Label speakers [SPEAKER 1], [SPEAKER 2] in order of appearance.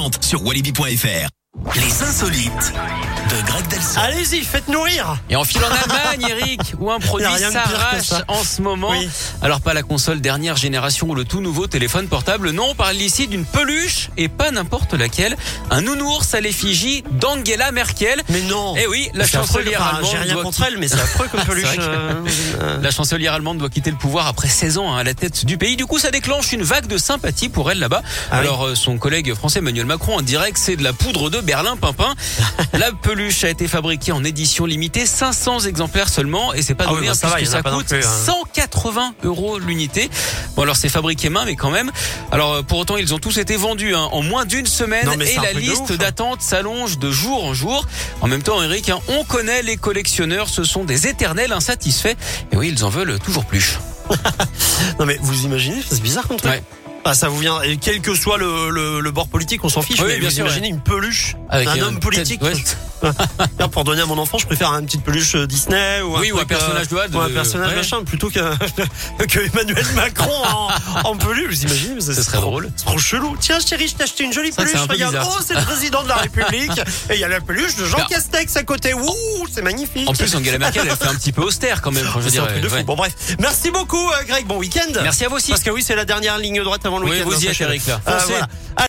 [SPEAKER 1] vente sur walibi.fr. Les insolites de Greg Delson.
[SPEAKER 2] Allez-y, faites-nous rire
[SPEAKER 3] Et on file en Allemagne, Eric, où un produit
[SPEAKER 2] Il y a rien de pire que
[SPEAKER 3] s'arrache
[SPEAKER 2] ça.
[SPEAKER 3] en ce moment.
[SPEAKER 2] Oui.
[SPEAKER 3] Alors pas la console dernière génération ou le tout nouveau téléphone portable, non, on parle ici d'une peluche et pas n'importe laquelle. Un nounours à l'effigie d'Angela Merkel.
[SPEAKER 2] Mais non
[SPEAKER 3] Eh oui, la
[SPEAKER 2] C'est affreux,
[SPEAKER 3] chancelière
[SPEAKER 2] enfin,
[SPEAKER 3] allemande
[SPEAKER 2] J'ai rien
[SPEAKER 3] doit-
[SPEAKER 2] contre elle, mais c'est affreux comme
[SPEAKER 3] C'est
[SPEAKER 2] peluche.
[SPEAKER 3] vrai que-
[SPEAKER 2] euh, euh,
[SPEAKER 3] La chancelière allemande doit quitter le pouvoir après 16 ans hein, à la tête du pays. Du coup, ça déclenche une vague de sympathie pour elle là-bas.
[SPEAKER 2] Ah oui.
[SPEAKER 3] Alors, euh, son collègue français Emmanuel Macron en direct, c'est de la poudre de Berlin-Pimpin. la peluche a été fabriquée en édition limitée, 500 exemplaires seulement, et c'est pas
[SPEAKER 2] Ah oui,
[SPEAKER 3] donné
[SPEAKER 2] bah
[SPEAKER 3] hein,
[SPEAKER 2] ça va,
[SPEAKER 3] puisque
[SPEAKER 2] il y en a
[SPEAKER 3] ça
[SPEAKER 2] pas non
[SPEAKER 3] coûte
[SPEAKER 2] plus, hein.
[SPEAKER 3] 180 euros l'unité. Bon, alors c'est fabriqué main, mais quand même. Alors, euh, pour autant, ils ont tous été vendus hein, en moins d'une semaine,
[SPEAKER 2] Non, mais
[SPEAKER 3] et
[SPEAKER 2] c'est un
[SPEAKER 3] la
[SPEAKER 2] truc de
[SPEAKER 3] liste
[SPEAKER 2] ouf, hein.
[SPEAKER 3] attente s'allonge de jour en jour. En même temps, Eric, hein, on connaît les collectionneurs, ce sont des éternels insatisfaits. Et oui, ils en veulent toujours plus.
[SPEAKER 2] Non mais vous imaginez, c'est bizarre comme truc.
[SPEAKER 3] Ouais.
[SPEAKER 2] Ah, ça vous vient, et quel que soit le, le- le bord politique, on s'en fiche,
[SPEAKER 3] Oui,
[SPEAKER 2] mais
[SPEAKER 3] bien
[SPEAKER 2] vous
[SPEAKER 3] sûr,
[SPEAKER 2] imaginez une peluche d'un
[SPEAKER 3] une
[SPEAKER 2] homme
[SPEAKER 3] tête-
[SPEAKER 2] politique.
[SPEAKER 3] euh, ouais.
[SPEAKER 2] Là, pour donner à mon enfant, je préfère une petite peluche euh, Disney ou un,
[SPEAKER 3] Oui, ou un
[SPEAKER 2] truc, euh,
[SPEAKER 3] personnage de-
[SPEAKER 2] ou un
[SPEAKER 3] de-
[SPEAKER 2] personnage
[SPEAKER 3] ouais.
[SPEAKER 2] machin, plutôt que, que Emmanuel Macron en, en peluche. Vous imaginez mais
[SPEAKER 3] Ce
[SPEAKER 2] c'est
[SPEAKER 3] serait
[SPEAKER 2] trop-
[SPEAKER 3] drôle.
[SPEAKER 2] C'est trop chelou. Tiens, chérie, je t'ai acheté une jolie
[SPEAKER 3] vrai que
[SPEAKER 2] peluche.
[SPEAKER 3] c'est un peu
[SPEAKER 2] Regarde,
[SPEAKER 3] bizarre.
[SPEAKER 2] oh, c'est le président de la République. Et il y a la peluche de Jean
[SPEAKER 3] Ben,
[SPEAKER 2] Castex à côté. Ouh, c'est magnifique.
[SPEAKER 3] En plus, Angela Merkel, elle fait un petit peu austère quand même. Enfin, je veux
[SPEAKER 2] C'est
[SPEAKER 3] dire, euh,
[SPEAKER 2] un truc de fou.
[SPEAKER 3] ouais.
[SPEAKER 2] Bon, bref. Merci beaucoup, euh, Greg. Bon week-end.
[SPEAKER 3] Merci à vous aussi.
[SPEAKER 2] Parce que oui, c'est la dernière ligne droite avant le
[SPEAKER 3] Oui,
[SPEAKER 2] week-end.
[SPEAKER 3] vous y
[SPEAKER 2] hein,
[SPEAKER 3] êtes,
[SPEAKER 2] sachez-le.
[SPEAKER 3] Eric, là.
[SPEAKER 2] Euh,
[SPEAKER 3] Foncez.
[SPEAKER 2] voilà.